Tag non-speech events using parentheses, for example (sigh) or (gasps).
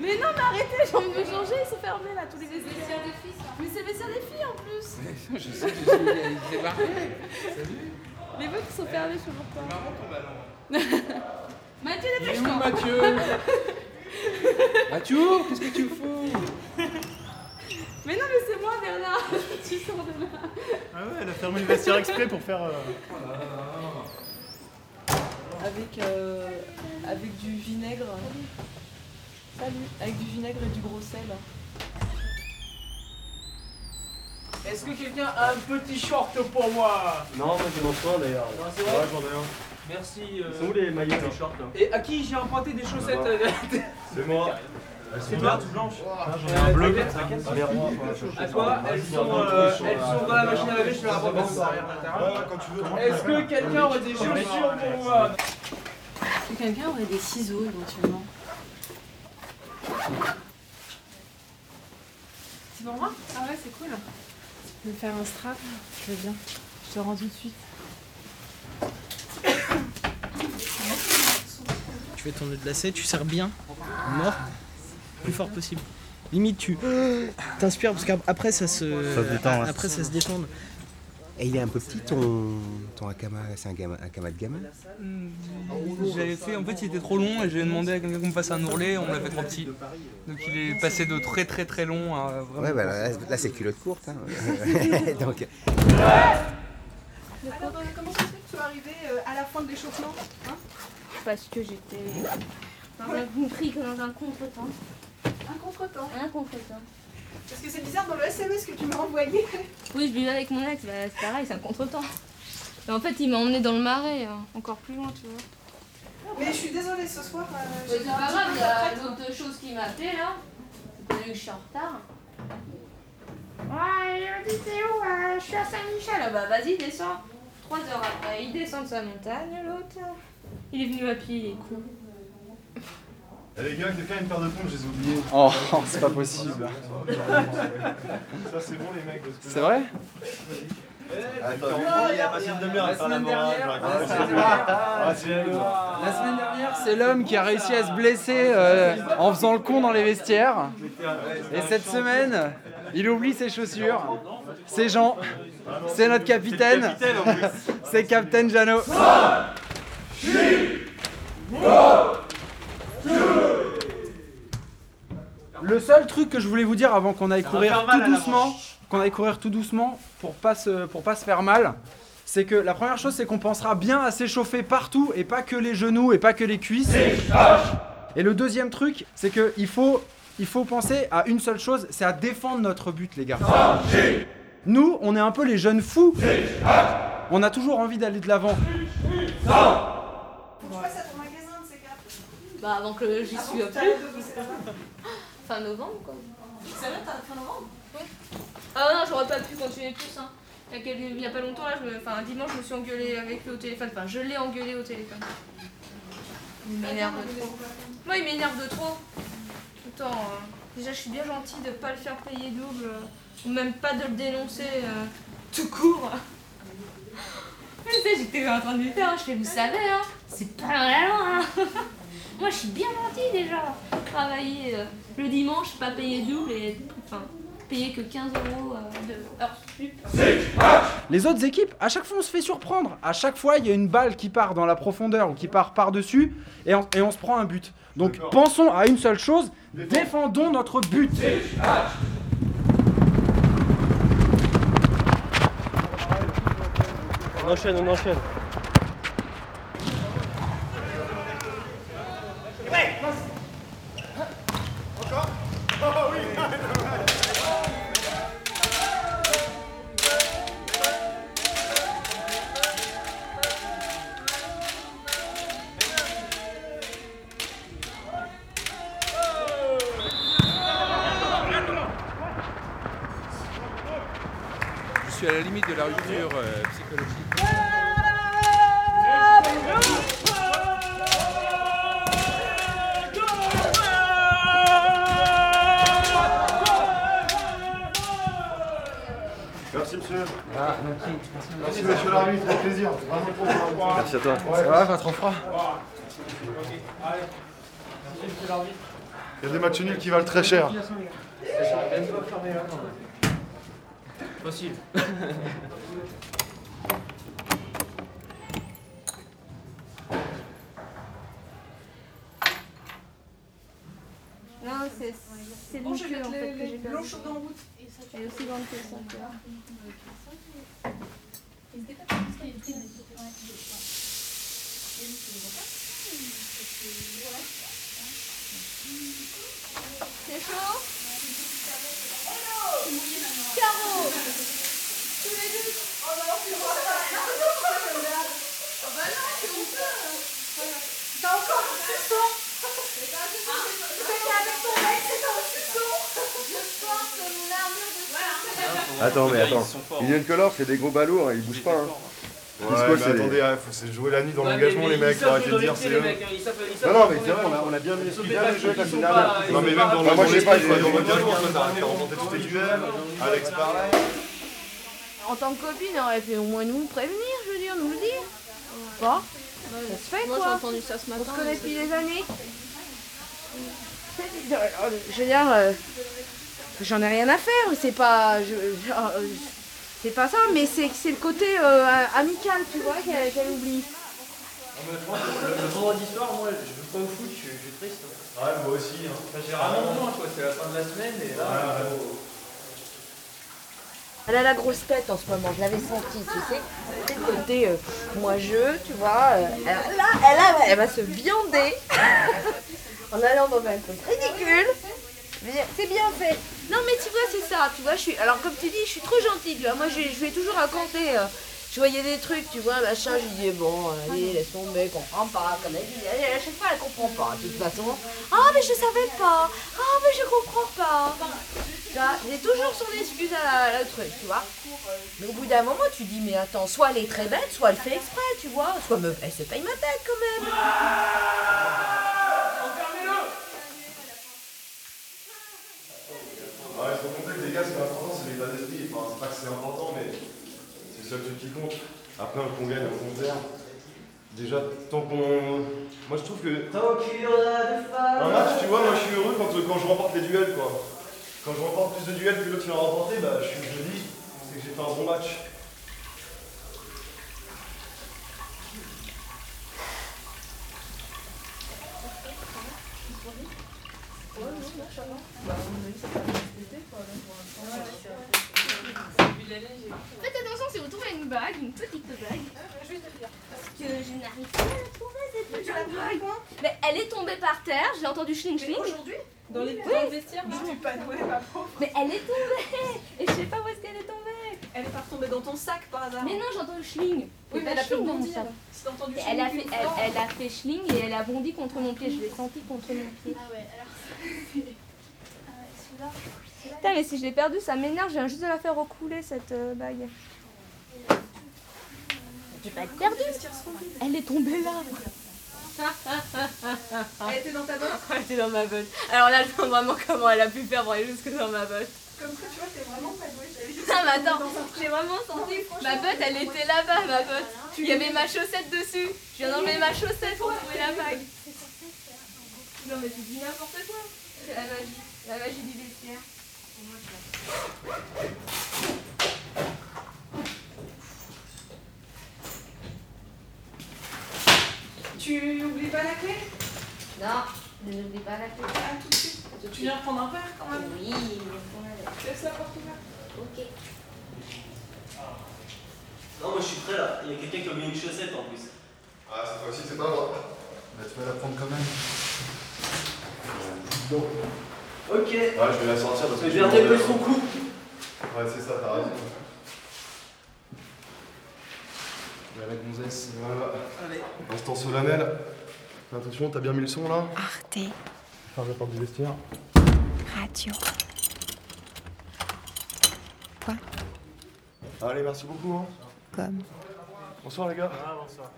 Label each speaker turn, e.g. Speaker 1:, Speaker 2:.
Speaker 1: Mais non, mais arrêtez, j'ai envie de me changer, ils sont fermés là, tous les
Speaker 2: C'est le vestiaire
Speaker 1: vestiaires.
Speaker 2: des filles, ça.
Speaker 1: Mais c'est le vestiaire des filles en plus
Speaker 3: Je sais, je sais, il est- il est marqué. Salut.
Speaker 1: Les vœux qui sont fermés, je sais pas pourquoi.
Speaker 3: Marrant ton ballon.
Speaker 1: (laughs) Mathieu,
Speaker 3: Il est où
Speaker 1: dépêche-toi
Speaker 3: Mathieu Mathieu, qu'est-ce que tu fous
Speaker 1: Mais non, mais c'est moi, Bernard (laughs) Tu sors de là
Speaker 4: Ah ouais, elle a fermé le vestiaire exprès pour faire. euh,
Speaker 5: avec, euh, avec du vinaigre. Salut. Avec du vinaigre et du gros sel.
Speaker 6: Est-ce que quelqu'un a un petit short pour moi
Speaker 7: Non, moi je m'en souviens d'ailleurs.
Speaker 6: Non, c'est vrai
Speaker 7: j'en ai un.
Speaker 6: Merci. euh,
Speaker 7: Ils sont où les maillots
Speaker 6: les shorts, là Et à qui j'ai emprunté des chaussettes
Speaker 7: Là-bas.
Speaker 6: euh,
Speaker 7: C'est moi. Elles sont
Speaker 6: C'est toi, toute blanche.
Speaker 4: j'en
Speaker 6: ai
Speaker 4: ai un bleu.
Speaker 6: t'inquiète, t'inquiète.
Speaker 7: Ah merde, moi, voilà, je
Speaker 6: À
Speaker 7: cherche
Speaker 6: toi,
Speaker 7: un
Speaker 6: elles
Speaker 7: truc,
Speaker 6: sont,
Speaker 7: un truc,
Speaker 6: euh,
Speaker 7: je suis
Speaker 6: elles
Speaker 7: en-
Speaker 6: sont dans la machine à laver, je te la repasse.
Speaker 7: Ouais, quand tu veux.
Speaker 6: Est-ce que quelqu'un aurait des chaussures pour moi
Speaker 2: Que Quelqu'un aurait des ciseaux éventuellement. C'est pour moi Ah ouais, c'est cool. Tu peux me faire un strap Je veux bien. Je te rends tout de suite.
Speaker 8: Tu fais ton nœud de lacet, tu serres bien, mort, plus fort possible. Limite, tu (gasps) t'inspires parce qu'après ça se,
Speaker 9: Ça se détend, ouais.
Speaker 8: après ça se détend.
Speaker 10: Et il est un peu petit ton, ton akama, c'est un, gama, akama de gamin
Speaker 6: J'avais fait, en fait, il était trop long et j'ai demandé à quelqu'un qu'on me fasse un ourlet, on me l'a fait trop petit. Donc il est passé de très très très long à vraiment.
Speaker 10: Ouais, bah là, là, c'est culotte courte. Hein. (laughs) Donc,
Speaker 5: Alors, euh, comment ça se fait que tu es arrivé euh, à la fin de l'échauffement
Speaker 1: Parce que j'étais dans un pris que dans un contre-temps.
Speaker 5: Un contre-temps.
Speaker 1: Un contre-temps.
Speaker 5: Parce que c'est bizarre, dans le SMS que tu m'as envoyé,
Speaker 1: Oui, je vivais avec mon ex, bah, c'est pareil, c'est un contre-temps. Mais en fait, il m'a emmené dans le marais, hein, encore plus loin, tu vois.
Speaker 5: mais je suis désolée ce soir. euh,
Speaker 2: C'est
Speaker 5: j'ai-
Speaker 2: pas grave, il y a d'autres choses qui m'appelaient là. C'est connu que je suis en retard. Ouais, il dit t'es où euh, Je suis à Saint-Michel. Ah bah vas-y, descends.
Speaker 1: Trois heures après, il descend de sa montagne, l'autre. Il est venu à pied, il est con.
Speaker 9: Eh les gars, quelqu'un a une paire de pompes, je les ai oubliées.
Speaker 3: Oh, (laughs) c'est pas possible.
Speaker 9: Ça, c'est bon, les mecs. parce que-
Speaker 3: C'est vrai
Speaker 9: Attends,
Speaker 7: il y a passé une demi-heure à
Speaker 6: La
Speaker 7: faire la
Speaker 6: semaine
Speaker 7: morale,
Speaker 6: dernière,
Speaker 7: je raconte.
Speaker 6: la semaine dernière,
Speaker 9: Ah, c'est
Speaker 6: la semaine dernière,
Speaker 3: C'est l'homme qui a réussi à se blesser euh, en faisant le con dans les vestiaires. Et cette semaine, il oublie ses chaussures, ses gens. C'est notre capitaine. (laughs) C'est Captain Jano. Le seul truc que je voulais vous dire avant qu'on aille courir tout doucement, qu'on aille courir tout doucement pour pas se, pour pas se faire mal, c'est que la première chose c'est qu'on pensera bien à s'échauffer partout et pas que les genoux et pas que les cuisses. Et le deuxième truc, c'est que il faut, il faut penser à une seule chose, c'est à défendre notre but, les gars. Nous, on est un peu les jeunes fous. On a toujours envie d'aller de l'avant.
Speaker 5: Faut que tu passes à ton magasin de ces gars.
Speaker 2: Bah avant que j'y
Speaker 5: Avant
Speaker 2: suis
Speaker 5: que t'arrêtes de bosser là-bas.
Speaker 1: Fin novembre, quoi.
Speaker 5: C'est vrai, t'as fin novembre
Speaker 1: Ah non, j'aurais pas pu continuer plus, hein. Il y a, quelques- il y a pas longtemps, là, je me... enfin, dimanche, je me suis engueulée avec lui au téléphone. Enfin, je l'ai engueulé au téléphone. Il m'énerve de trop. Moi, il m'énerve de trop. Tout le temps. euh, Déjà, je suis bien gentille de pas le faire payer double. euh, Ou même pas de le dénoncer euh, tout court.
Speaker 2: (laughs) Tu sais, j'étais en train de lui faire, je fais, vous savez, hein, c'est pas dans la loi, hein. (laughs) Moi, je suis bien gentille déjà.
Speaker 1: Travailler euh, le dimanche, pas payer double et. Enfin, payer que 15 euros euh, de heure sup.
Speaker 3: Les autres équipes, à chaque fois, on se fait surprendre. À chaque fois, il y a une balle qui part dans la profondeur ou qui part par-dessus et on, et on se prend un but. Donc
Speaker 9: D'accord.
Speaker 3: pensons à une seule chose, défendons notre but.
Speaker 7: On enchaîne, on enchaîne.
Speaker 3: Je suis à la limite de la rupture psychologique.
Speaker 9: Merci, monsieur. Ah, Merci, monsieur l'arbitre, c'est un plaisir. Vraiment trop plaisir.
Speaker 7: Merci à toi.
Speaker 3: Ça va, pas trop froid
Speaker 9: Il y a des matchs nuls qui valent très cher.
Speaker 11: Facile.
Speaker 12: Non, c'est c'est
Speaker 5: Bon,
Speaker 12: le
Speaker 5: je vais
Speaker 12: cul en
Speaker 5: mettre
Speaker 12: fait
Speaker 5: les-
Speaker 12: que
Speaker 5: les
Speaker 12: j'ai
Speaker 5: l'eau chaude en route.
Speaker 12: Elle est aussi grande que son cœur. C'est chaud Caro Tous les deux Oh bah non, c'est moi Oh bah non, c'est mon T'as encore un suçon C'est pas un suçon, c'est avec ton mec, c'est un suçon Je porte mon armure de suçon
Speaker 13: Attends, mais attends.
Speaker 9: forts,
Speaker 13: Ils viennent que l'or, c'est des gros balourds, ils bougent pas. Hein.
Speaker 9: Ouais,
Speaker 13: Ils se collent,
Speaker 9: mais
Speaker 13: c'est des-
Speaker 9: attendez, ouais, faut c'est jouer la nuit dans
Speaker 13: Ouais,
Speaker 9: l'engagement,
Speaker 13: mais-
Speaker 9: les
Speaker 13: mais
Speaker 9: mecs,
Speaker 13: ils
Speaker 9: faut
Speaker 13: savent
Speaker 9: arrêter de dire
Speaker 13: minorité,
Speaker 9: c'est
Speaker 13: les
Speaker 9: eux.
Speaker 13: mecs, hein, ils savent- ils savent
Speaker 9: Non, non,
Speaker 13: qu'on
Speaker 9: mais
Speaker 13: est
Speaker 9: c'est vrai,
Speaker 13: pas-
Speaker 9: on a, on a bien mis
Speaker 13: ils sont
Speaker 9: bien
Speaker 13: pas-
Speaker 9: le jeu
Speaker 13: ils
Speaker 9: la
Speaker 13: sont
Speaker 9: semaine
Speaker 13: pas- ils
Speaker 9: dernière. Non, mais
Speaker 13: sont
Speaker 9: même
Speaker 13: pas-
Speaker 9: dans
Speaker 13: Moi, je sais
Speaker 9: le
Speaker 13: pas,
Speaker 9: pas,
Speaker 13: j'ai-
Speaker 9: dans le duel, on a fait remonter tous les duels. Alex, pareil.
Speaker 12: En tant que copine, elle aurait fait au moins nous prévenir, je veux dire, nous le dire. Pas Ça se fait
Speaker 1: Moi,
Speaker 12: quoi
Speaker 1: j'ai entendu ça ce matin,
Speaker 12: On se connaît
Speaker 1: mais
Speaker 12: depuis
Speaker 1: c'est-
Speaker 12: des années. Je veux dire, euh, j'en ai rien à faire, c'est pas. je- je- euh, c'est pas ça, mais c'est c'est le côté euh, amical, tu vois, qu'elle qu'elle oublie.
Speaker 11: Le vendredi soir, moi, je veux pas au foot, je suis je suis triste.
Speaker 9: Ouais, moi aussi. hein.
Speaker 11: J'ai rarement besoin, quoi. C'est la fin de la semaine et là. faut-
Speaker 14: Elle a la grosse tête en ce moment, je l'avais senti, tu sais. Le côté euh, moi je, tu vois. euh, elle- là, elle, a- elle va se viander en allant dans un truc ridicule.
Speaker 12: Je veux dire, C'est bien fait. Non mais tu vois, c'est ça. Tu vois, je suis. Alors comme tu dis, je suis trop gentille. tu vois. Moi, je, je vais toujours raconter. euh, je voyais des trucs, tu vois, machin. Je disais bon, allez, laisse tomber, comprends pas. Comme elle dit, Allez, à chaque fois, elle comprend pas. De toute façon. Ah mais je savais pas. Ah mais je comprends pas. Tu vois, j'ai toujours son excuse à la, le truc, tu vois.
Speaker 14: Mais au bout d'un moment, tu dis, mais attends, soit elle est très bête, soit elle fait exprès, tu vois. Soit me- elle se paye ma tête quand même.
Speaker 9: Ouais, faut compter que les gars, ce qui est important, c'est l'état d'esprit. Enfin, c'est pas que c'est important, mais c'est le seul truc qui compte. Après, qu'on gagne au long terme. Déjà, tant qu'on. Moi, je trouve que. Un match, tu vois, moi, je suis heureux quand, quand je remporte les duels, quoi. Quand je remporte plus de duels que l'autre qui l'a remporté, bah, je suis je dis, c'est que j'ai fait un bon match.
Speaker 1: Faites attention si vous trouvez une bague, une petite bague. Parce que je n'arrive pas à la trouver, cette petite bague. Mais elle est tombée par terre, j'ai entendu chling chling. Aujourd'hui
Speaker 5: Dans les
Speaker 1: Oui.
Speaker 5: dans le vestiaire, là, tu pas Noël, ma pauvre.
Speaker 1: Mais elle est tombée Et je sais pas où est-ce qu'elle est tombée.
Speaker 5: Elle est pas retombée dans ton sac par hasard.
Speaker 1: Mais non, j'entends le schling.
Speaker 5: Oui, mais elle a pu
Speaker 1: Schling dans mon
Speaker 5: rebondir.
Speaker 1: sac.
Speaker 5: Si t'as entendu
Speaker 1: Et Elle a,
Speaker 5: schling
Speaker 1: fait,
Speaker 5: une
Speaker 1: elle,
Speaker 5: fois.
Speaker 1: elle a fait schling et elle a bondi contre mon pied. Je l'ai senti contre mon pied.
Speaker 12: Ah ouais, (laughs) alors. ah
Speaker 1: Putain, mais si je l'ai perdue, ça m'énerve. J'ai juste de la faire recouler cette euh, bague.
Speaker 14: Tu
Speaker 1: vas être perdue. Elle est tombée là.
Speaker 5: Elle était dans ta boîte
Speaker 14: Elle était dans ma botte. Alors là, je vois vraiment comment elle a pu faire pour aller jusque dans ma botte.
Speaker 5: Comme ça, tu vois, t'es vraiment pas douée. J'avais juste
Speaker 1: Putain, mais Ah, bah, attends,
Speaker 5: dans un-
Speaker 1: j'ai vraiment senti.
Speaker 5: franchement,
Speaker 1: Ma botte, elle était là-bas, ma botte. Il y avait ma chaussette dessus. Je viens d'enlever ma chaussette pour trouver la bague. Non, mais tu dis n'importe quoi. C'est la magie. La magie du vestiaire. Pour moi, je la
Speaker 5: Tu oublies pas la clé
Speaker 14: Non, je n'oublie pas la clé.
Speaker 5: Ah, tout de suite. Tu viens prendre un verre quand même
Speaker 14: Oui,
Speaker 5: Laisse la porte ouverte.
Speaker 14: Ok.
Speaker 11: Non, moi, je suis prêt là. Il y a quelqu'un qui a mis une chaussette en plus.
Speaker 9: Ah, cette fois-ci, c'est pas moi. Bah, tu vas la prendre quand même. Donc.
Speaker 11: Ok.
Speaker 9: Ouais, je vais la sortir parce que.
Speaker 11: Mais gardez
Speaker 9: le
Speaker 11: le son
Speaker 9: coup. Ouais, c'est ça, t'as raison. Ouais, la gonzesse, voilà. Allez. Instant solennel. Attention, t'as bien mis le son là Arte. Ferme la porte du vestiaire.
Speaker 15: Radio.
Speaker 9: Allez, merci beaucoup. Hein.
Speaker 15: Comme.
Speaker 9: Bonsoir les gars.
Speaker 4: Ah, bonsoir.